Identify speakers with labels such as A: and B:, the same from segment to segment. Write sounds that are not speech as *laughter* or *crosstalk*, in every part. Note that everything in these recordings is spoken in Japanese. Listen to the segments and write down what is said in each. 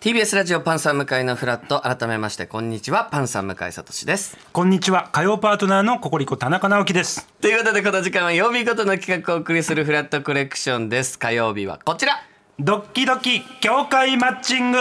A: TBS ラジオパンサー向井のフラット改めましてこんにちはパンサー向井聡です
B: こんにちは火曜パートナーのココリコ田中直樹です
A: ということでこの時間は曜日ごとの企画をお送りするフラットコレクションです火曜日はこちら
B: ドッキドキ教会マッチング、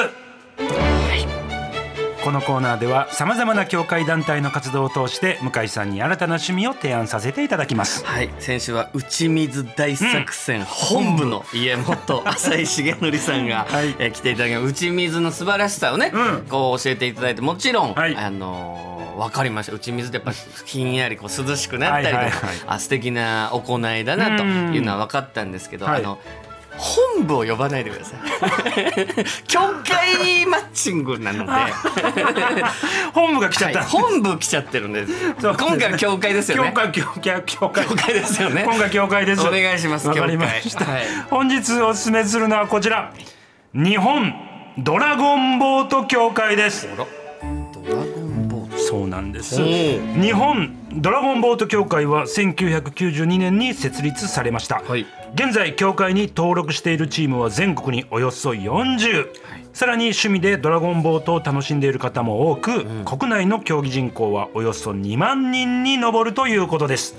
B: このコーナーではさまざまな教会団体の活動を通して向井さんに新たな趣味を提案させていただきます
A: はい先週は打ち水大作戦本部の家元
B: *laughs*
A: 浅井重則さんが、
B: はい
A: えー来ていただき打ち水の素晴らしさをね、
B: うん
A: こう教えていただいてもちろん、
B: はい
A: あのーわかりました打ち水ってやっぱひんやりこう涼しくなったりとか、
B: はいはいはい
A: あ素敵な行いだなというのは分かったんですけど、
B: うん
A: あの本部を呼ばないでくだ
B: *laughs*
A: さい教会マッチングなので
B: 本部が来ちゃった、
A: はい本部来ちゃってるんです
B: そう
A: 今回は教会ですよ
B: 教
A: ね
B: 会教会教会
A: 教会ですよね
B: 今回教会です
A: お願いします
B: わかりました、
A: 教会はい
B: 本日お勧めするのはこちら日本ドラゴンボート協会です
A: あらドラゴンボート
B: そうなんです
A: おー
B: 日本ドラゴンボート協会は1992年に設立されました、
A: はい
B: 現在協会に登録しているチームは全国におよそ40、さらに趣味でドラゴンボートを楽しんでいる方も多く、国内の競技人口はおよそ2万人に上るということです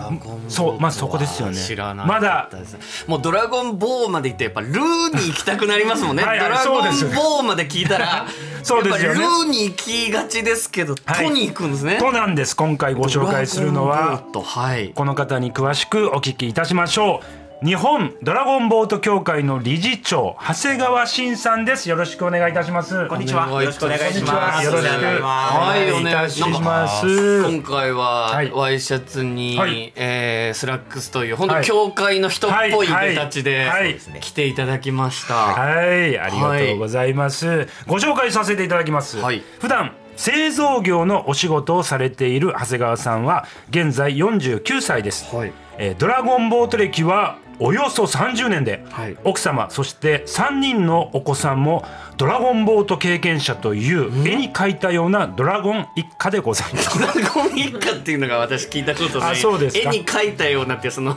A: ドラゴンボート
B: そうまあそこですよね
A: 知らなかったですもうドラゴンボーまで行ってやっぱルーに行きたくなりますもんね
B: はいはい
A: ドラ
B: そ
A: ゴ
B: うですよ
A: ン
B: ね
A: ボーまで聞いたら
B: そうですよね
A: やっぱルーに行きがちですけど、
B: はい
A: トに行くんですね
B: となんです今回ご紹介するの
A: ドラ
B: は
A: ゴンボートはい
B: この方に詳しくお聞きいたしましょう日本ドラゴンボート協会の理事長長谷川慎さんですよろしくお願いいたします
C: こんにちは。
A: お
C: よ
A: 願い
C: ろ
A: し
C: し
A: ます
C: く
B: よろ
C: お願いします。
B: しく
C: お願いしま
A: はい
C: す
A: お願いします今回は
B: はい
A: ワイシャツに、
B: はい
A: えースラックスという本
B: は
A: 当
B: い
A: 教会の人っぽい
B: はい
A: 出立ちで
B: はいはい
A: 来ていただきました、
B: はい、ありがとうございます、ご紹介させていただきます、
A: はい
B: 普段製造業のお仕事をされている長谷川さんは現在49歳です、
A: はい
B: えードラゴンボート歴はおよそ30年で、
A: はい
B: 奥様そして3人のお子さんもドラゴンボート経験者という絵に描いたようなドラゴン一家でござい *laughs* ます
A: ドラゴン一家っていうのが私聞いたことない
B: あそうです
A: 絵
B: か
A: に描いたようなって
B: *laughs*
A: その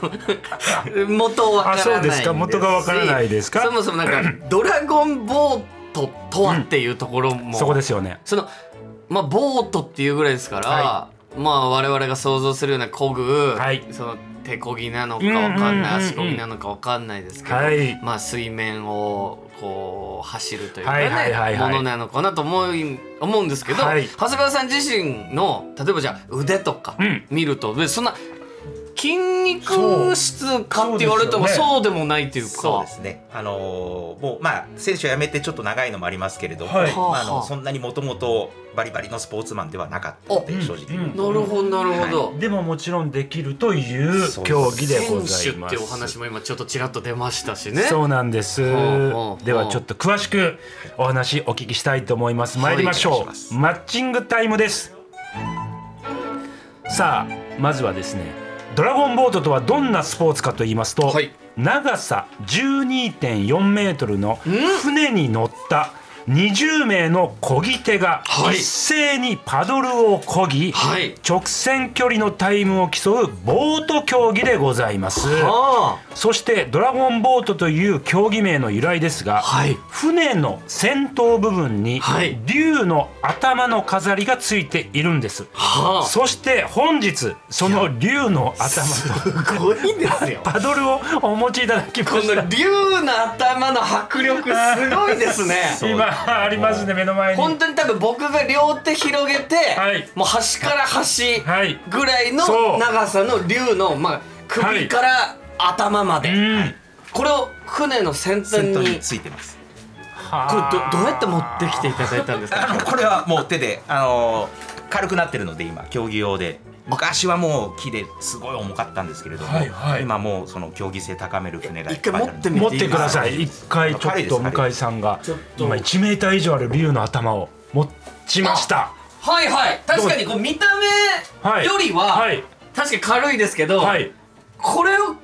A: 元わからない
B: あそうですか元がわからないですか
A: そもそもなんかドラゴンボートとはっていうところも、
B: そこですよね
A: そのまあボートっていうぐらいですから、
B: は
A: まあ我々が想像するような漕具、
B: はい
A: その手漕ぎなのかわか
B: うんうんうんうん
A: んない足漕ぎなのかわかんないですけど、
B: はい
A: まあ水面をこう走るというか
B: はいはいはい
A: ね
B: は
A: も
B: い
A: のなのかなと思い思うんですけど、
B: はい
A: 長谷川さん自身の例えばじゃあ腕とか
B: うん
A: 見ると、でそんな筋肉質かって言われてもそ
B: そう
A: でもないというか。
C: そうですね。あのーもうまあ選手を辞めてちょっと長いのもありますけれども、
B: はい
C: まああ
A: はあは
C: の
A: あ
C: そんなにもともとバリバリのスポーツマンではなかったので
B: お
C: 正直言うと。
A: なるほどなるほど、
B: でももちろんできるという
C: そうです
B: 競技でございます
A: 選手ってお話も今ちょっとちらっと出ましたしね。
B: そうなんです、
A: ほうほう
B: ではちょっと詳しくお話お聞きしたいと思います
A: はい
B: 参りましょう、
C: お願いします
B: マッチングタイムですさあまずはですねドラゴンボートとはどんなスポーツかと言いますと、
A: はい
B: 長さ12.4メートルの船に乗った20名の漕ぎ手が
A: はい
B: 一斉にパドルを漕ぎ、
A: はい
B: 直線距離のタイムを競うボート競技でございます。
A: あ
B: そしてドラゴンボートという競技名の由来ですが、
A: はい
B: 船の先頭部分に
A: はい
B: 竜の頭の飾りがついているんです、
A: あ。はあ。
B: そして本日その竜の頭と
A: すごいですよ。
B: パドルをお持ちいただきま
A: こ
B: した
A: の竜の頭の迫力すごいですね。
C: そう
B: 今ありますね目の前に
A: 本当に多分僕が両手広げて、
B: はい
A: もう端から端
B: はい
A: ぐらいの
B: そう
A: 長さの竜のまあ首から頭まで、
B: うん
A: これを船の先端
C: 先頭
A: に
C: についてます。
A: これ
B: は
A: どどうやって持ってきていただいたんです
C: あ
A: か。
C: のこれはもう手であのー軽くなってるので今競技用で。昔はもう木ですごい重かったんですけれども、
B: はいはい
C: 今もうその競技性高める船がい
A: 一
C: っ
A: 回
C: ぱいあ
A: 持
C: る
A: ってみて
B: 持
A: い
B: っ
A: いです
B: て
A: か
B: ください一回ちょっと向井さんが
A: ちょっと
B: 今1メーター以上ある竜の頭を持ちました
A: はいはい確かにこう見た
B: は
A: 目
B: い
A: よりは、
B: はい
A: 確かに軽いですけど、
B: はい
A: これを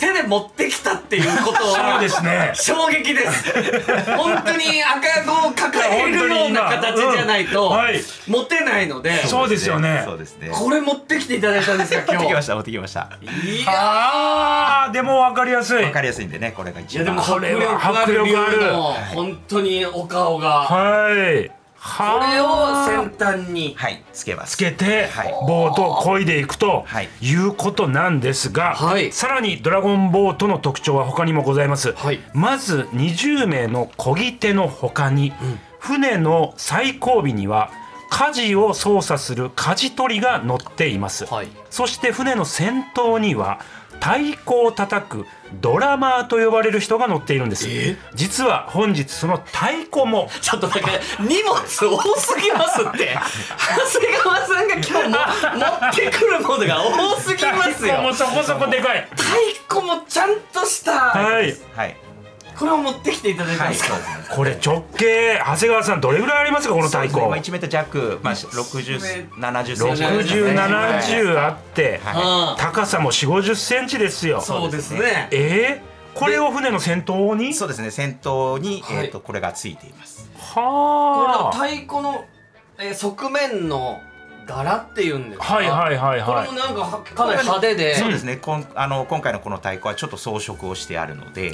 A: 手で持ってきたっていう *laughs* ことは
B: そうですね
A: 衝撃です本当に赤子を抱えるような形じゃないと、
B: うんはい
A: 持てないので
B: そうですよね
C: そうですね。
A: これ持ってきていただいたんですか
C: 持
A: 今
C: ってきま
A: 日
C: した持ってきました。
A: いや
B: あーでも分かりやすい
C: わかりやすいんでねこれが
A: い
C: 一
A: やで
C: 番
A: も。迫
B: れは
A: 力ある
B: 迫力ある
A: 龍の本当にお顔が
B: はい
A: こ
B: は
A: れを先
B: を
A: 端に
C: はいつけます。
B: つけて
C: はい
B: ボートを漕いでいくと
C: はい
B: いうことなんですが、
A: はい
B: さらにドラゴンボートの特徴は他にもございます、
A: はい
B: まず20名の漕ぎ手の他に、船の最後尾には舵を操作する舵取りが乗っています、
A: はい
B: そして船の先頭には太鼓を叩くドラマーと呼ばれる人が乗っているんです
A: え
B: 実は本日その太鼓
A: *laughs*
B: も
A: ちょっとなんか荷物多すぎますって長谷川さんが今日も持ってくるものが多すぎますよ
B: 太鼓もそこそこでかい
A: *laughs* 太鼓もちゃんとした、
B: はい
C: はい
A: これを持ってきていただいたん
C: はい
A: です
C: そ
A: か、
C: うですね。
B: これ直径長谷川さんどれぐらいありますかこの太鼓
C: そうですねまあ1メートル弱、まあ、60、70センチぐらいですね。
B: 6070あって
C: はい
A: うん
B: 高さも4 5 0センチですよ
A: そうですね
B: えー、これを船の先頭に
C: そうですね先頭に、
A: はい
C: えー、とこれがついています
A: これは
B: はあ
A: 太鼓の、えー側面の柄っていうんですか
B: はいはいはい
A: こ
B: は
A: れ
B: い
A: もなんかはかなり派手で、
C: そうですねこんあの今回のこの太鼓はちょっと装飾をしてあるので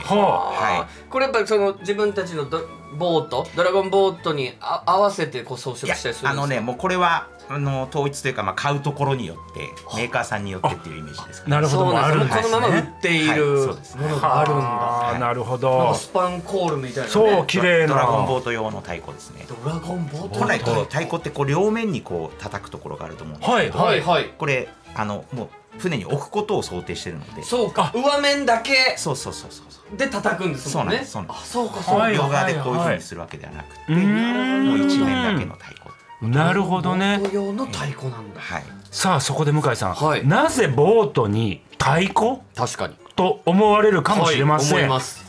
A: あ
B: は
A: ーこれやっぱりその自分たちのドボートドラゴンボートにあ合わせてこう装
C: い
A: 飾
C: や
A: したりする
C: あ
A: んで
C: の
A: すか
C: ねもうこれはあの統一というか、まあ、買うところによってメーカーさんによってっていうイメージですかね
B: なるほど
A: そう
B: もう
A: な
B: あ
A: ん
B: るん
A: で
B: ですす
A: よ
B: ね
A: このまま売っている
C: は
A: も
C: いそうですね
A: のがあるんだ
B: あーなるほ
A: なん
B: ど
A: かスパンコールみたいなね
B: そう綺麗な
C: ドラゴンボート用の太鼓ですね
A: ドラゴンボート
C: 本来こう太鼓ってこう両面にこう叩くところがあると思うんです
B: はい
A: は
B: はいい
A: はい
C: これあのもう船に置くことを想定してるので
A: そうか上面だけ
C: そうそうそうそうそう
A: で叩くんですもんね
C: そうなんです
A: あそうかそうか、
B: は
C: こう
B: い
C: 両側でこういうふうにするわけではなくて、
B: うーん
C: もう一面だけの太鼓
B: なるほどね
A: ボート用の太鼓なんだ
C: はい
B: さあそこで向井さん、
A: はい
B: なぜボートに太鼓
A: 確かに
B: と思われるかもしれません、
A: はい、思います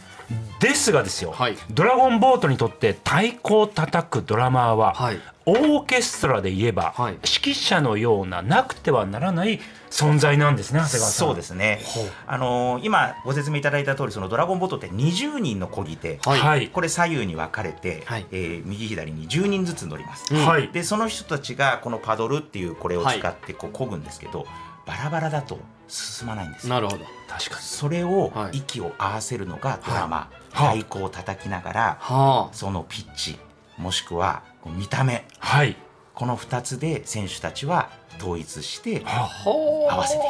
B: ですがですよ、
A: はい
B: ドラゴンボートにとって太鼓を叩くドラマーは、
A: はい
B: オーケストラで言えば、
A: はい
B: 指揮者のようななくてはならない存在なんですね長谷川さん
C: そうですね
A: ほう。
C: あのー今ご説明いただいた通り、そのドラゴンボートって20人の漕ぎ手、
A: はい
B: はい
C: これ左右に分かれて、
A: はい
C: えー右左に10人ずつ乗ります。
A: うん
B: はい
C: でその人たちがこのパドルっていうこれを使ってこう漕ぐんですけど、バラバラだと進まないんですよ。
A: なるほど
B: 確かに
C: それを
A: はい
C: 息を合わせるのがドラマ、
B: はい
C: 太鼓を叩きながら、
A: は
C: そのピッチもしくはこう見た目
B: はい
C: この2つで選手たちは統一して
A: あほう
C: 合わせていく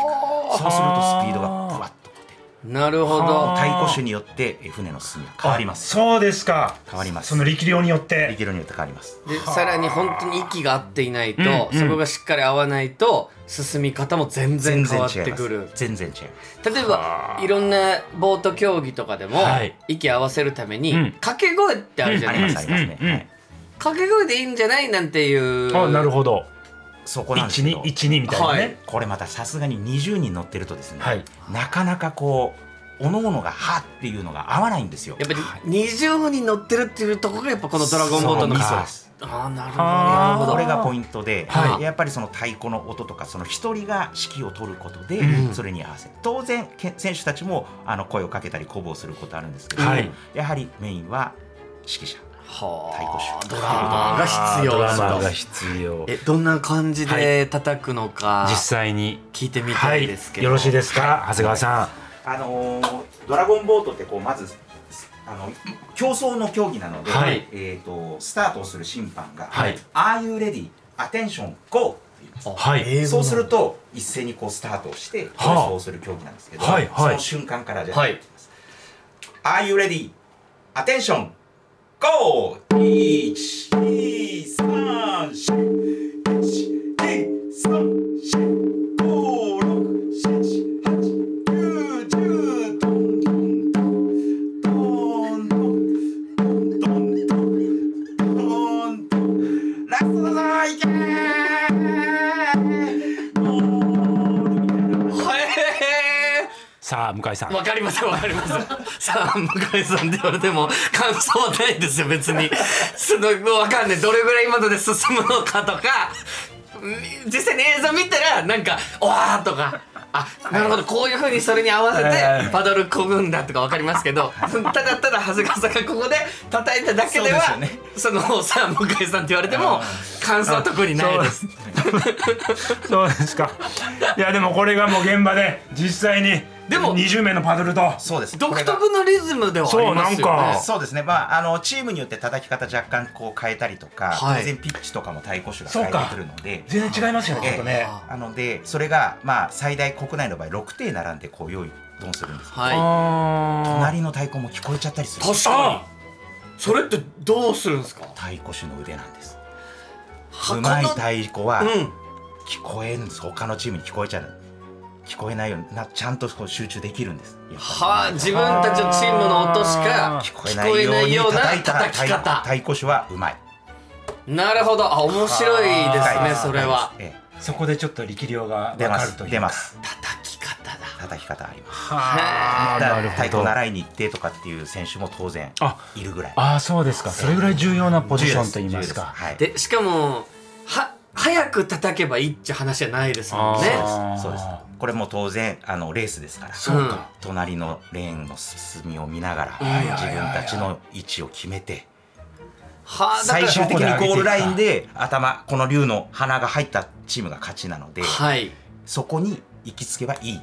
C: そうするとスピードがぶわっとこう出て
A: なるほど
B: は
C: 太鼓種によってえ船の進みが変わります
B: そうですか
C: 変わります
B: その力量によっ
C: リ
B: て
C: キロによって変わります
A: でさらに本当に息が合っていないと、
B: うんうん
A: そこがしっかり合わないと進み方も全然変わってくる
C: 全然違い
A: 例えば
B: はあ
A: いろんなボート競技とかでも、
B: はい
A: 息合わせるために
B: うん
A: 掛け声ってあるじゃ
C: ますあ
A: ないで
C: りますす
A: か、
C: あります
B: う
C: ね、
B: んうん
C: はい
A: 掛け声でいいんじゃないなんていう
B: あなるほど
C: そこなんですけど
B: 1212みたいなね
C: これまたさすがに20人乗ってるとですね、
B: はい
C: なかなかこうおのおのが「は」っていうのが合わないんですよ
A: やっぱり20に乗ってるっていうところがやっぱこの「ドラゴンボート」のミ
C: ミス
A: ソ
C: です
A: ああなる
B: はあ
A: ほど
C: こ
A: なる
C: れがポイントで、
A: はい
C: やっぱりその太鼓の音とかその一人が指揮を取ることで、
B: うん
C: それに合わせて当然け選手たちもあの声をかけたり鼓舞をすることあるんですけど、
B: はい
C: やはりメインは指揮者
A: ほど
C: 太
A: はあ
C: 鼓手
A: ドラマーが必要だ
B: ドラマーが必要
A: えどんな感じで叩くのか
B: 実際に
A: 聞いてみた
B: はいい
A: ですけど、
B: よろしいですか長谷川さん
C: あのードラゴンボートってこうまずあの競争の競技なので、
B: はい
C: えー、とスタートをする審判が「
B: はい
C: Are you ready? Attention go!」って言います
B: はい
A: 英語なん
C: そうすると一斉にこうスタートをして
B: はあ
C: そうする競技なんですけど、
B: はいはい
C: その瞬間からじゃあ、
A: はい
C: いきます、Are you ready? Attention! Go! 1 2 3 4 1 2 3 4 5 6 7 8 9 10ドンドンドンドンドンドンドンドンドンドンラストだぞいけーゴールみたいな
A: へ
B: さあ向井さん
A: ーわかりますわかります *laughs* さあ向井さんって言われても感想はないですよ別に *laughs* そのもうわかんないどれぐらい今ので進むのかとかうん実際に映像見たらなんか「わー」とか「あなるほどこういうふうにそれに合わせ
B: はいは
A: て
B: い
A: パドルこぐんだとか分かりますけどただただ長谷川さんがここで叩いただけでは
C: そ
A: そ,、
C: うですよね
A: のさあ向井さんって言われても感想は特にないです。
B: そうですかいやでもこれがもう現場で実際に
A: でも
B: 20名のパドルと
C: そうです
A: 独
C: これが
A: 特のリズムではありますよね。
B: そうなんか
C: そうですねまああのチームによって叩き方若干こう変えたりとか、
A: はい
C: 当然ピッチとかも対抗手が変えてくるので
B: 全然違いますよね
C: ええ
B: ちょっとね
A: あ
C: なのでそれがまあ最大国内の場合6艇並んでこう用意ドンするんですけど
A: はい。
B: あー
C: 隣の太鼓も聞こえちゃったりする
A: 確かに。それってどうするんですか。
C: 太鼓手の腕なんです
A: 箱
C: う
A: の
C: まい太鼓は
A: うん。
C: 聞こえるんです他のチームに聞こえちゃう聞こえないようになちゃんとこう集中できるんですやっ
A: はあ、自分たちのチームの音しか
B: あ
A: 聞
C: ぱ
A: こえないような
C: 叩いた
A: 叩き
C: 太
A: 方
C: 太鼓手はうまい
A: なるほどあ面白いです
C: は
A: ね
C: い
A: それは
C: ええ
B: そこでちょっと力量が
C: 出
B: 分
C: ま
B: かる
C: す
B: という
C: 出ます
A: 叩き方だ
C: 叩き方あります
B: はあ
C: だか
B: な
C: ら
B: る
C: 太
B: ほ
C: 鼓
B: ど
C: 習いに行ってとかっていう選手も当然
B: あ
C: いるぐらい
B: ああそうですかそれぐらい重要なポジションといいますか
C: はい
A: でしかもは早く叩けばいいって話じゃないですもんね
B: あー
C: そうですこれも当然あのレースですから
A: そうか
C: 隣のレーンの進みを見ながら
A: はい
C: 自分たちの位置を決めて
A: はあだ
C: 最
A: か
C: 終
A: ら
C: 的にゴールラインで頭この竜の鼻が入ったチームが勝ちなので
A: はい
C: そこに行き着けばいい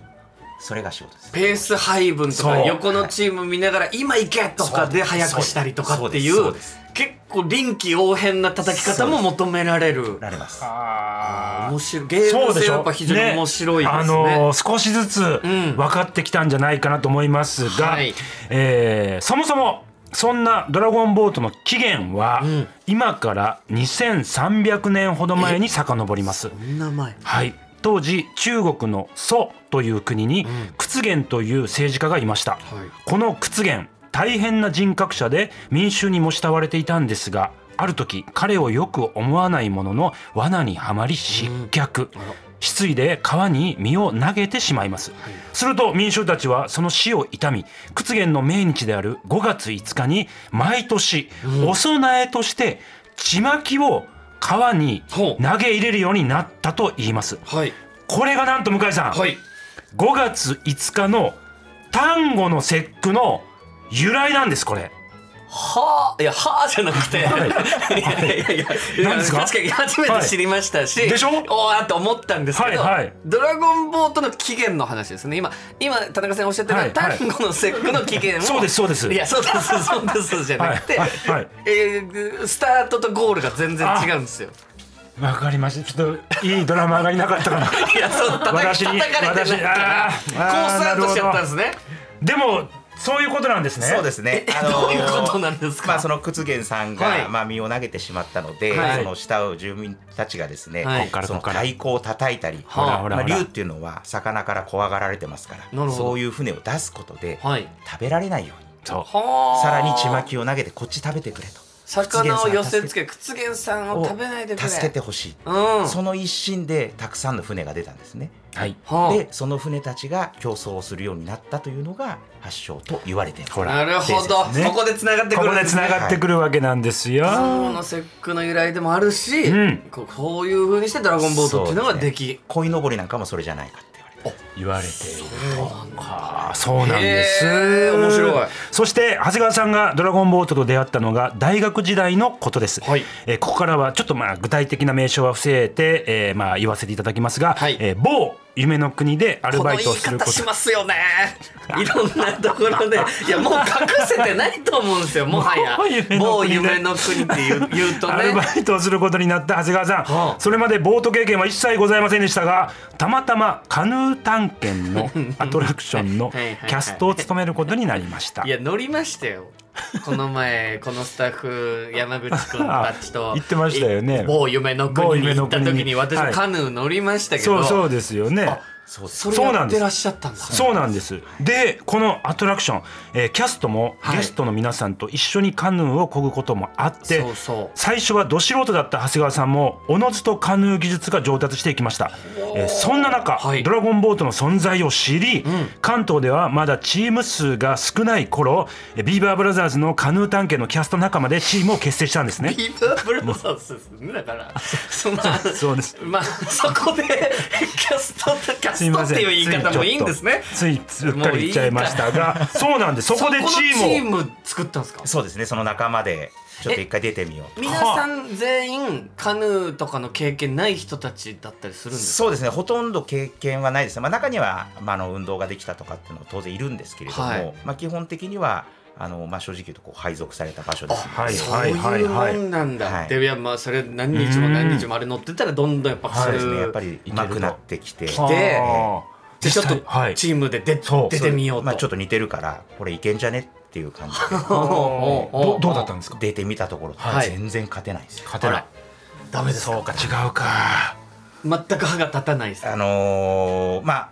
C: それが仕事です
A: ペース配分とか
B: そう
A: 横のチーム見ながら今行けとかで
C: そう
A: 早くしたりとかってい
C: そう
A: う
C: ですそう
A: 結構臨機応変な叩き方も求められる
C: られます
B: あー
A: 面白いゲーム性はやっぱ非常に面白いですね
B: あのー少しずつ
A: ん
B: 分かってきたんじゃないかなと思いますが、
A: はい
B: えーそもそもそんな「ドラゴンボート」の起源は、
A: ん
B: 今から2300年ほど前に遡ります。
A: そんな前
B: はい当時中国の蘇という国に屈原という政治家がいました、この屈原大変な人格者で民衆にも慕われていたんですがある時彼をよく思わないものの罠にはまり失脚、失意で川に身を投げてしまいます、すると民衆たちはその死を悼み屈原の命日である5月5日に毎年お供えとしてちまきを川に
A: ほ
B: 投
A: う
B: げ入れるようになったと言います
A: はい
B: これがなんと向井さん、
A: はい
B: 5月5日の端午の節句の由来なんですこれ
A: はあいやはあじゃなくて、、
B: はいい
A: やいやいやいや
B: 何ですか
A: 確かに初めて知りましたし、
B: はいでしょ
A: おーと思ったんですけど、
B: はいはい
A: ドラゴンボートの起源の話ですね今今田中さんおっしゃったのは、
B: はいはい
A: 単語の節句の起源を
B: そうですそうです
A: いやそうですそうですじゃなくて、
B: はいはいはい
A: えースタートとゴールが全然違うんですよ
B: わかりましたちょっといいドラマがいなかったかな
A: いやそう叩か
B: 私
A: 叩か
B: に
A: れてないから
B: 私
A: こう
B: あーあー
A: スタートしちゃったんですね
B: *laughs* でもそういうことなんですね
C: そうですね。
A: えどういうことなんですか
C: まあその屈原さんが、
A: はい
C: まあ身を投げてしまったので、
A: はい
C: その下を住民たちがですね、
A: はいこっ
B: から
C: その
B: こっから
C: 太鼓を叩いたり、
A: ほら
B: ほ
C: ま
B: ら
C: あ
B: ほら
C: 竜っていうのは魚から怖がられてますか
A: なる
C: ら、
A: ほど
C: そういう船を出すことで、
A: はい
C: 食べられないように、
B: そう
A: はあ
C: さらにちまきを投げてこっち食べてくれと、
A: 魚を寄せつけ屈原さんを食べないでくれ
C: 助けてほしい。
A: うん
C: その一心でたくさんの船が出たんですね。
B: はい
A: はあ
C: で、その船たちが競争をするようになったというのが発祥と言われています。
B: ほら
A: なるほど、
B: ね
A: ここでつながってく
B: こ
A: る
B: こ
A: ん
B: で
A: です
B: 繋
A: ね
B: がってくるわけなんですよ、
A: この節句の由来でもあるし、
B: うん
A: ここういう風にして「ドラゴンボート」っていうのができ
C: 鯉のぼりなんかもそれじゃないかって言われてます。
B: 言われているあーそうなんです、
A: へー面白い
B: そして長谷川さんが「ドラゴンボート」と出会ったのが大学時代のことです、
A: はい
B: えーここからはちょっとまあ具体的な名称は伏せて、えーまあ言わせていただきますが、
A: はい
B: えー某夢の国でアル
A: こ
B: バ
A: の
B: イ
A: 言い
B: トをす
A: 方
B: ること
A: しますよねいろんなところでいやもう隠せてないと思うんですよもはや
B: *laughs* もう夢の国で
A: もう夢の国って言う言うと
B: アルバ
A: ね
B: イトをすることになった長谷川さん、
A: はあ
B: それまでボート経験は一切ございませんでしたがたまたまカヌー探検
A: *laughs*
B: のアトラクションの
A: はいはいはい
B: キャストを務めることになりました
A: いや乗りましたよこの前このスタッフ山口君たちと
B: *laughs* あ言ってましたよね
A: 某夢の
B: 某
A: 国に
B: 夢
A: 行
B: の
A: った
B: 国に
A: 時に私
B: はい
A: カヌー乗りましたけど、
B: そうそうですよね
C: そうです
A: それ
B: そう
A: や
B: なん
A: って
B: です
A: らっしゃったんだ
B: そうなんです。で、このアトラクション、えーキャストも
A: はい
B: ゲストの皆さんと一緒にカヌーを漕ぐこともあって、
A: そうそう
B: 最初はど素人だった長谷川さんもおのずとカヌー技術が上達していきました、えーそんな中、
A: はい
B: ドラゴンボートの存在を知り、関東ではまだチーム数が少ない頃えービーバーブラザーズのカヌー探検のキャスト仲間でチームを結成したんですね
A: ビーバーブラザーズですねだからそんな
B: そうです
A: まあそこでキャストとキャャストっていう言い方もいいんですね
B: ついついうっかり言っちゃいましたがそうなんですそこでチ
A: そこの
B: ームを
A: チーム作ったんですか
C: そうですねその仲間でちょっと一回出てみよう
A: 皆さん全員カヌーとかの経験ない人たちだったりするんですか
C: そうですねほとんど経験はないですね、まあ、中には、まあ、あの運動ができたとかっていうのも当然いるんですけれども、
A: はい
C: まあ、基本的にはあの、まあ、正直言うとこう配属された場所です、ね、
B: はい
A: そう
B: はいいはいう
A: も
B: はい
A: んなんだ、
C: はい
A: でいやまあそれ何日も何日もあれ乗ってたらどんどんやっぱ
B: はい
C: そ
A: そううい
C: ですねやっぱ
A: り
C: りうまくなってきて、
A: いけるで
B: はあ
A: でちょっと
B: 実際はい
A: チームで出,、
B: そう
A: 出てみようと、
C: まあ、ちょっと似てるからこれいけんじゃねっていう感じ
A: おうおうお
B: ど
A: う
B: どうだったんですか
C: で出てみたところ
A: はい
C: 全然勝てないんですよ、
B: 勝てない
A: ダメです
B: そうか違うか
A: 全く歯が立たないです
C: あのーまあ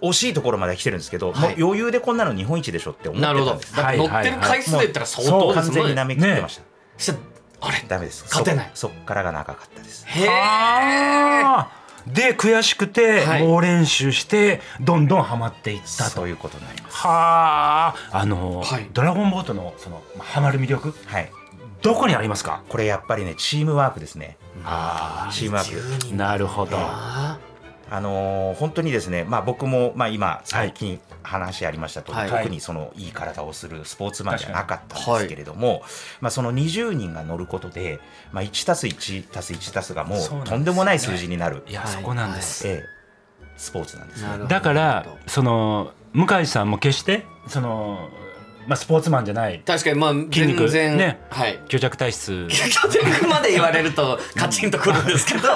C: 惜しいところまで来てるんですけど、
A: はい
C: もう余裕でこんなの日本一でしょって思って
A: なるほ
C: た
A: ど
C: んです
A: だって乗ってる回数で言ったら相当で
C: 完
A: すも
C: 全
A: ん
C: に
A: ね
C: なめきってました、
A: したらあれ
C: ダメです
A: 勝てない
C: そそっからが長かったです
A: へえ
B: あーで悔しくて
A: はい
B: 猛練習してどんどんハマっていったと
C: そういうことになります
B: はああの
A: はい
B: ドラゴンボートのそのまあハマる魅力
C: はい
B: どこにありますか
C: これやっぱりねチームワークですねチームワーク
A: 12人
B: なるほど
A: あ
C: あのー本当にですね、まあ、僕も、まあ、今最近話ありましたと、
A: はい
C: 特にそのいい体をするスポーツマンじゃなかったんですけれども、まあ、その20人が乗ることで、まあ、1たす1たす1たすがも
B: そうなん
C: う
B: です
C: とんでもない数字になる
B: いや
A: はい
B: そこなんです
C: ええスポーツなんです
A: ーなるほ
C: ね。
A: ど
B: だからその向井さんも決してそのまあスポーツマンじゃない
A: 確かにまあ
B: 筋
A: 全
B: 肉
A: 然、
B: ね
A: はい *laughs*
B: 虚弱体質
A: 巨弱まで言われるとカチンとくるんですけど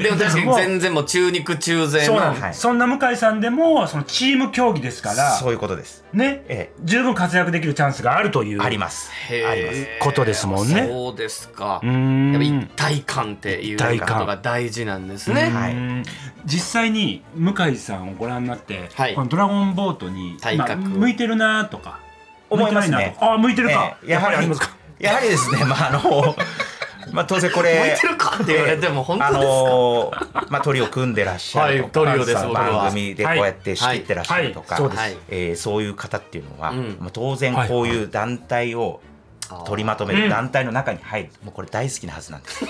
A: でも確かに全然もう中肉中背
B: *laughs* そうな
A: の
B: んです、
C: はい
B: そんな向井さんでもそのチーム競技ですから
C: そういうことです。
B: ね、
C: え
B: 十分活躍できるチャンスがあるという
C: あります。
A: へー
C: あります
B: ことですもんね
A: そうですか
B: うーん
A: やっぱ一体感っていう
B: 一体
A: こ
B: 感
A: とが大事なんですね、
C: は
B: う
C: い
B: ん実際に向井さんをご覧になって、
A: はい
B: この「ドラゴンボートに」
A: 体格
B: まあ向いてるなとか
C: 思いますね
B: 向てなとかあ向いてるか、
C: ええやは
B: あ
C: り
B: りますか
C: やはりですね、まああのまあ当然
B: *laughs*
C: これ
A: 向いてるかって言われても本当ですか、
C: あのーまあトリオ組んでらっしゃるとか、
A: はいトリオです
C: まあ
A: 僕は
C: 番組でこうやって仕切ってらっしゃるとか、
B: はいはいそうです
A: はい
C: えーそういう方っていうのは、
A: うん
C: まあ当然こういう団体を取りまとめ
B: うん
C: る団体の中に入る、もうこれ大好きなはずなんです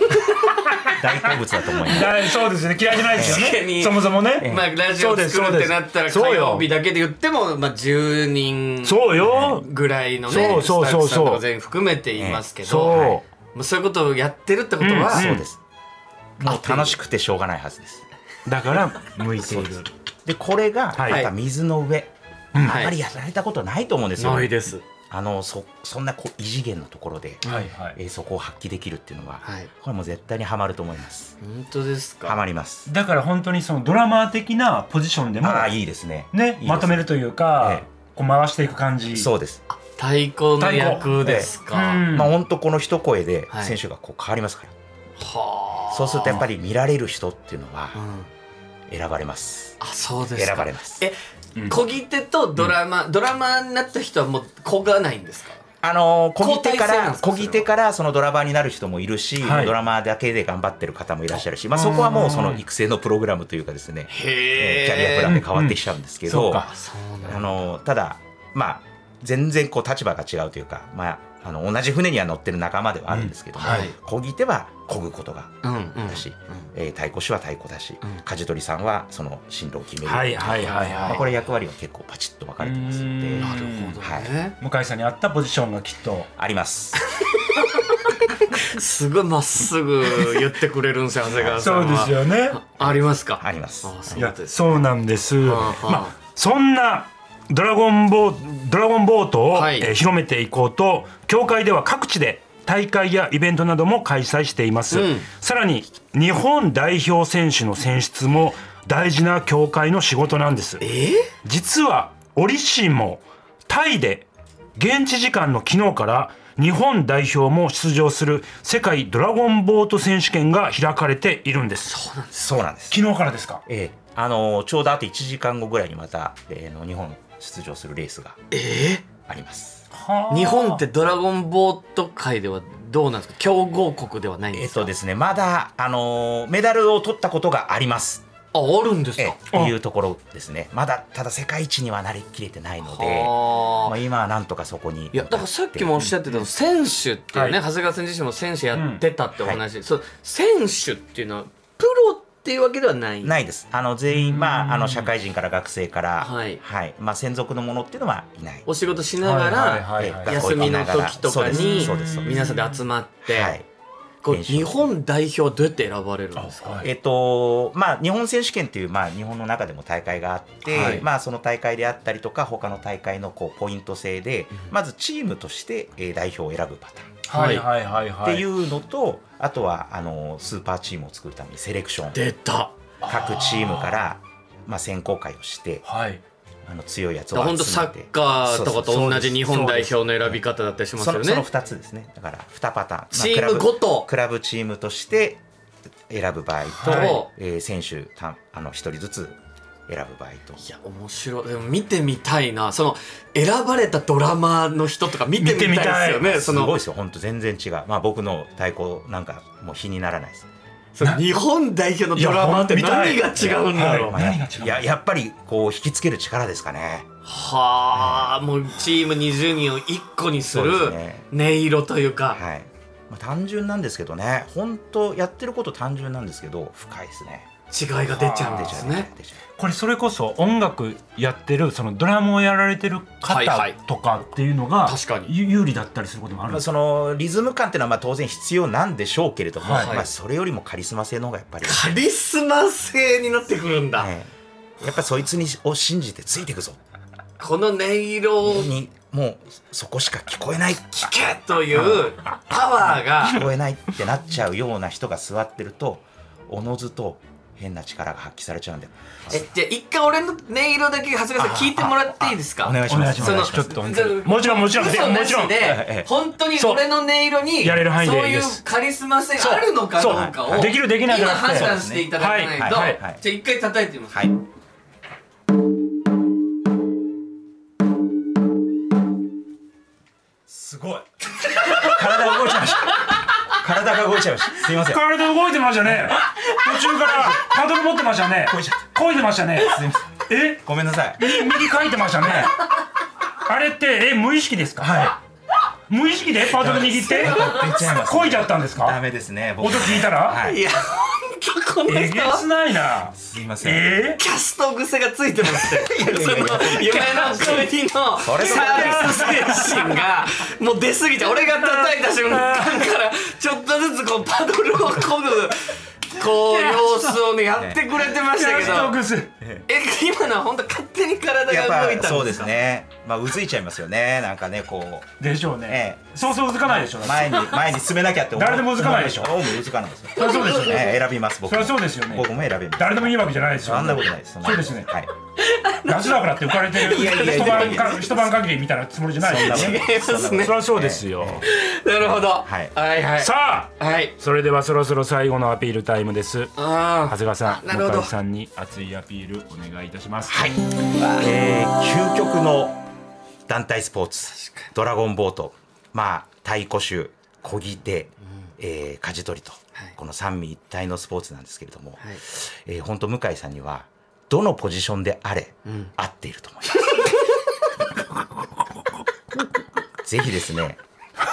C: 大好物だと思います
B: だそうですね嫌いじゃないですよ
A: 確かに
B: ねそもそもね、
A: まあ、ラジオ作るってなったら
B: そう
A: 火
B: です
A: 曜日だけで言っても、まあ、10人
B: そうよ、
A: ぐらいのね
B: そうそうそうそう
A: スタッフさんとか全員含めて言いますけど、
B: そう、
A: はいまあ、そういうことをやってるってことは、
B: うん
C: そうですもう楽しくてしょうがないはずです
B: だから向いている
C: でこれが
B: は
C: ま
B: い
C: た水の上、あんまりやられたことないと思うんですよ、
A: ないです。
C: あのそそんなこう異次元のところで、
B: はいは
C: えーそこを発揮できるっていうのは、
A: はい。
C: これもう絶対にはまると思います
A: 本当です
C: ハ
A: か。
C: マります。
B: だから本当にそのドラマー的なポジションでも
C: ああいいですね。いい
B: ね
C: です
B: まとめるというか、
C: ええ
B: こう回していく感じ
C: そうです。
A: 太鼓の役ですか。
B: うん
C: まあ本当この一声で
A: はい
C: 選手がこう変わりますから。
A: はあ。
C: そうするとやっぱり見られる人っていうのは
A: うん。
C: 選ばれます。
A: あ、そうですか。
C: 選ばれます。
A: え、
B: うん
A: こぎ手とドラマ、ドラマになった人はもうこがないんですか。
C: あのー、こぎ手か
A: 交代制なん
C: ら
A: ですか
C: こぎ手からそのドラマーになる人もいるし、
B: はい
C: ドラマーだけで頑張ってる方もいらっしゃるし、まあそこはもうその育成のプログラムというかですね、えーキャリアプランで変わってきちゃうんですけ
B: そう
C: ど、
B: か
A: あ、そうな
C: あ
A: んだ。
C: のーただまあ全然こう立場が違うというか、まああの同じ船には乗ってる仲間ではあるんですけども
A: うんはい、
C: こぎ手はこぐことが
A: うんうん。
C: だし、えー太鼓師は太鼓だし、
A: うん
C: 舵取りさんはその進路を決める、
B: はいはいはい
C: まあ、
B: は
C: これ役割は結構パチッと分かれてますの
B: う
C: で
B: ん
A: なるほどね。
B: い向井さんに合ったポジションがきっと
C: あり
A: *laughs*
C: ます
A: すごいまっすぐ言ってくれるんですよ、長谷川さん
B: そうで
A: は。
B: すよね
A: ありますか。
C: あります
A: あ、そ
B: いうや
A: です。
B: そうなんです
A: はあはあ
B: まあそんなドラゴンボードラゴンボートを、
A: はい
B: えー広めていこうと協会では各地で大会やイベントなども開催しています、
A: うん
B: さらに日本代表選手の選出も大事な協会の仕事なんです
A: え
B: 実は折しもタイで現地時間の昨日から日本代表も出場する世界ドラゴンボート選手権が開かれているんです
C: そうなんです、
B: 昨日からですか
C: ええあのーちょうどあと1時間後ぐらいにまた、えーの日本出場するレースがあります
A: 日本ってドラゴンボート界ではどうなんですか強豪国ではないん
C: え
A: で
C: っ
A: すか、
C: とですねまだ、あのーメダルを取ったことがあります
A: ああるんです
C: ええ
A: か、
C: っていうところですねまだただ世界一にはなりきれてないので
A: は
C: ま
A: あ
C: あ、今はなんとかそこに
A: いやだからさっきもおっしゃってたの選手っていうね、
B: はい
A: 長谷川さん自身も選手やってたってお話、
C: うんはい
A: そう選手っていうのはプロっていうわけではない
C: ないですあの全員、まあ、あの社会人から学生から、
A: はい
C: まあ、専属のものっていうのはいない
A: お仕事しなが
D: はい
A: ら
D: はいはいはい
A: 休みの時とかに
C: そうですそうですそうです
A: 皆さんで集まって、
C: はい
A: こう日本代表はどうやって選ばれるんですか、
C: えっとまあ、日本選手権っていう、まあ、日本の中でも大会があって、
A: はい
C: まあ、その大会であったりとか他の大会のこうポイント制で、まずチームとしてえー代表を選ぶパターン
D: はいはいはいはい。
C: っていうのと、あとはあのスーパーチームを作るためにセレクション
A: 出た
C: 各チームから、まあ、選考会をして
D: はい。
C: あの強いやつを集めて
A: 本当サッカーとかと同じ日本代表の選び方だったりします
C: そ
A: よ
C: のその
A: ね。
C: 2つですねだから2パターン、まあ
A: チーム
C: クラブ
A: ごと
C: クラブチームとして選ぶ場合と、
A: はい
C: えー選手たあの1人ずつ選ぶ場合と
A: いや面白いでも見てみたいなその選ばれたドラマーの人とか見てみたいですよ
B: 見てみ
A: ね
C: す
A: そ
C: ごい
A: の
C: ですよ本当全然違うまあ僕の太鼓なんかもう比にならないです
A: その日本代表のドラマーって
B: いやほんと
A: 何
B: 見
A: が違うんだろう
B: はい何が違う
C: いややっぱりこう引きつける力ですかね
A: はあもうチーム20人を1個にする
C: そうですね
A: 音色というか、
C: はい、まあ、単純なんですけどね本当やってること単純なんですけど深いですね
A: 違いが出ちゃうん
C: 出
A: で
C: ちゃ
A: す
C: う
A: ね。
C: 出ちゃう
B: これそれこそ音楽やってるそのドラムをやられてる
A: はいは
B: 方
A: い
B: とかっていうのが
A: 確かに
B: ゆ有利だったりすることもあるん
C: まあ、
B: です
C: そのリズム感っていうのはまあ当然必要なんでしょうけれども、
A: はい
C: まあ、それよりもカリスマ性の方がやっぱり、
A: カリスマ性になってくるんだ、
C: ねやっぱりそいつにを信じてついていくぞ
A: この音色を聞
C: にもうそこしか聞こえない聞
A: けというパワーが
C: こえないってなっちゃうような人が座ってるとおのずと変な力が発揮されちゃうんだよ
A: えじゃあ一回俺の音色だけ長谷川さん聞いてもらっていいですか
C: お願いします
B: お
A: そ
B: 願
A: の
B: いしますちょっと本
A: じゃ
B: 当
A: あ
B: にもちろんもちろん
A: 嘘な
B: も
A: し
B: ちろん
A: で本当に俺の音色に
B: やれる範囲でいいで
A: そういう
B: す
A: カリスマ性があるのかどうか
B: そ
A: を
B: うできるできないじ
A: 今
B: ゃなくて
A: 判断していただかないと、
B: はい
C: はいはい
A: じゃあ一回叩いてみます、
C: はい
D: すごい。
C: 体が動いちゃいました体が動いちゃいましたすいません
B: 体動いてましたね途中からパドル持ってましたね
C: こいちゃっ
B: こいでましたね
C: すいませ
B: え
C: んごめんなさい
B: 右書いてましたねあれってえ無意識ですか
C: は
B: 無意識でパドル握って
C: い出ちゃいます
B: こいじゃったんです
C: ダ
B: か
C: メですね僕
B: 音聞いたら、
C: はい
A: いや本当この
B: え
A: 人
B: げ
A: は
B: つないな
C: すいません
B: え
A: キャスト癖がついてますって。その
C: やいや
A: 夢の国のサ
C: それそれ
A: ービス精神がもう出過ぎて、俺が叩いた瞬間からちょっとずつこうパドルをこぐ、こう様子をね、やってくれてま
B: ー、
A: した
B: ラ
A: け
B: スト
A: ど、
B: グス
A: え、今のは本当勝手に体
C: やっ
A: が動い
C: ぱ
A: た
C: そ
A: ん
C: う
A: で
C: ですす
A: か
C: ねまあうずいちゃいますよねなんかねこう
B: でしょうね
C: え、
B: そうそう続かないでしょう、*laughs*
C: 前に前に進めなきゃって思う
B: 誰でもうずかないでしょ
C: 思ううずかないですよ
B: そりゃそうですよね
C: ね選びます僕
B: そりゃそうですよね
C: 僕も選びます
B: 誰でもいいわけじゃないですよ
C: そんなことないですんな
B: そうですね
C: はい
B: 夏だからって浮かれてる
C: いやいやいや
B: 一晩か一晩限りみたいなつもりじゃないですよね
A: 違いますね
B: そりゃそうですよ、
A: なるほど。
C: はい
A: はいはい。
B: さあ
A: はい。
B: それではそろそろ最後のアピールタイムです長
A: あ
B: 谷川さん
A: なるほど
B: 向井さんに熱いアピールお願いいたします
C: はい、えー、究極の団体スポーツドラゴンボートまあ太鼓手漕ぎ手、えー舵取りと、
A: はい
C: この三位一体のスポーツなんですけれども、
A: あ。はい
C: えー、本当向井さんにはどのポジションであれ、合っている
A: *laughs*
C: と思います。ぜひですね、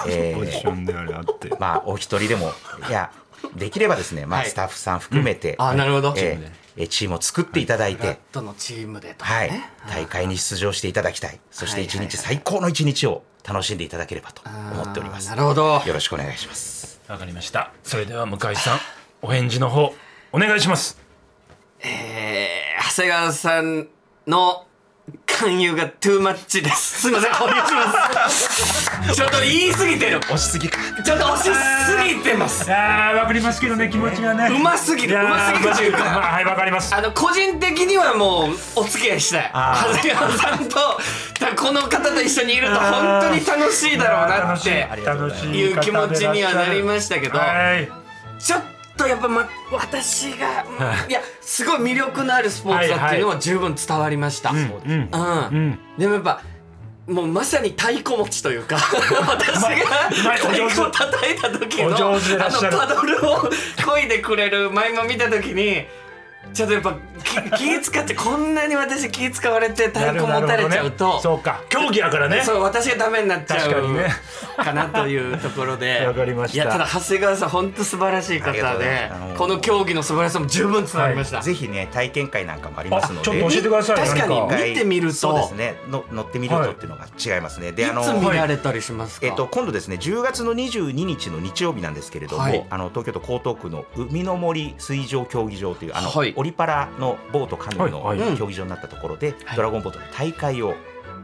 C: え
B: ポジシ
C: ー
B: ョンであれあって
C: まあお一人でもいやできればですね、まあ
A: はい
C: スタッフさん含めて、
A: うんあなるほどチー
C: え
A: ムで
C: ーえーチームを作っていただいて。はい
A: どのチームでとか
C: はい
A: ね。、
C: 大会に出場していただきたいそして一
A: はいはいはい
C: 日最高の一日を楽しんでいただければと
A: あー
C: 思っております
A: なるほど。
C: よろしくお願いします
B: わかりましたそれでは向井さんお返事の方お願いします
A: えー、長谷川さんの勧誘がトゥーマッチ *laughs* です。すいません、お願いし *laughs* ます。ちょっと言い過ぎてる。
C: 押しすぎか
A: ちょっと押しすぎてます。
B: あーわかりますけどね気持ちがね
A: うますぎる。うますぎるという
B: まあ
A: か。
B: はいわかります
A: あの個人的にはもうお付き合いしたい
C: あー
A: 長谷川さんとだこの方と一緒にいると本当に楽しいだろうなって
C: りがとうございます
A: いう気持ちにはなりま
B: し
A: したけど
B: はい
A: ちょっとやっぱ、ま、私がうんいやすごい魅力のあるスポーツだっていうのは十分伝わりました。
B: うん
A: うん
B: うん
A: でもやっぱもうまさに太鼓持ちと
B: *laughs*
A: いうか私が
B: うまい
A: 太
B: お上手
A: 鼓を叩いた時の
B: お上手でいらっしゃる
A: あのパドルを漕いでくれる舞も見た時にちょっとやっぱ
B: *laughs*
A: き気使ってこんなに私気使われて太鼓持たれちゃう
B: なるほど
A: と
B: ねそうか競技やからね
A: そう私がダメになっちゃ
B: 確かに
A: う
B: ね
A: かなというところで
B: *laughs* わかりました
A: いやただ長谷川さん本当素晴らしい
C: ありがと
A: 方
C: うござい
A: で
C: ますあのー
A: この競技の素晴らしさも十分伝わりました、
C: ぜひね体験会なんかもあり
B: あ
C: ま
B: ち
C: す
B: ょ
C: の
B: っ
C: で
B: と教えてください
A: 確かに
B: 何
A: 見てみると
C: そうですねの乗ってみる
B: は
C: と
B: い
C: っていうのが違いますね、で
A: い
C: あの
A: つ見られたりしますか、
C: えっと、今度ですね10月の22日の日曜日なんですけれども、
A: はい
C: あの東京都江東区の海の森水上競技場というあの、
A: はい
C: オリパラのボートカヌー
B: はい
A: はい
C: の競技場になったところで、
A: はい
C: ドラゴンボートの大会を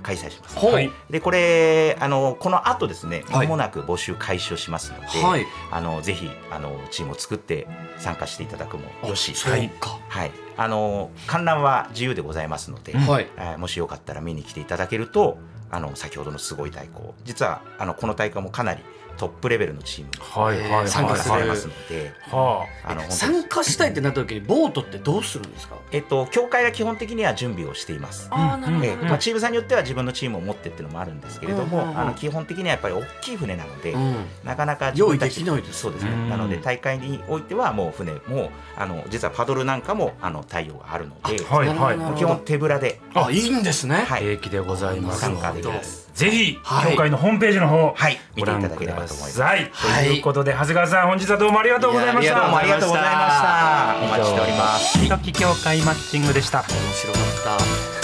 C: 開催します。
A: ほう
B: はい
C: でこれあのこの後ですね
A: は
C: ま
A: い
C: もなく募集開始をしますので、
A: はい
C: あのぜひあのチームを作って参加していただくもよし、
A: そうか
C: はい、あの観覧は自由でございますので、
A: はい
C: えーもしよかったら見に来ていただけるとあの先ほどのすごい太鼓実はあのこの大会もかなりトップレベルのチームが
B: はいはいはい
A: 参加する
C: 参加されますので、
B: は
C: あの本当に
A: 参加したいってなった時にボートってどうするんですか
C: えっと協会が基本的には準備をしています。
B: あーなるほど
C: えーまあ、チームさんによっては自分のチームを持ってっていうのもあるんですけれども、
A: うんうんうん
C: あの基本的にはやっぱり大きい船なので、
A: うん
C: なかなか自分たち
A: 用意できないです
C: そうですね
B: うん
C: なので大会においてはもう船もあの実はパドルなんかもあの対応があるので、
B: はいはい
A: なるほど
C: もう基本手ぶらで
A: あいいんですね
C: はいい
B: 平気でございます
C: 参加できます。
B: ぜひ
A: はい
B: 協会のホームページの方
C: はい見
B: ご
C: てい
B: 覧
C: ただ
B: く
C: ければ
B: だ
C: と思います。
B: さい
A: はい
B: ということで長谷川さん本日はどうもありがとうございまし
A: いや
C: どうも
B: た
C: ありがとうございました。お待ちしております。
B: 時協会マッチングでした
A: 面白かった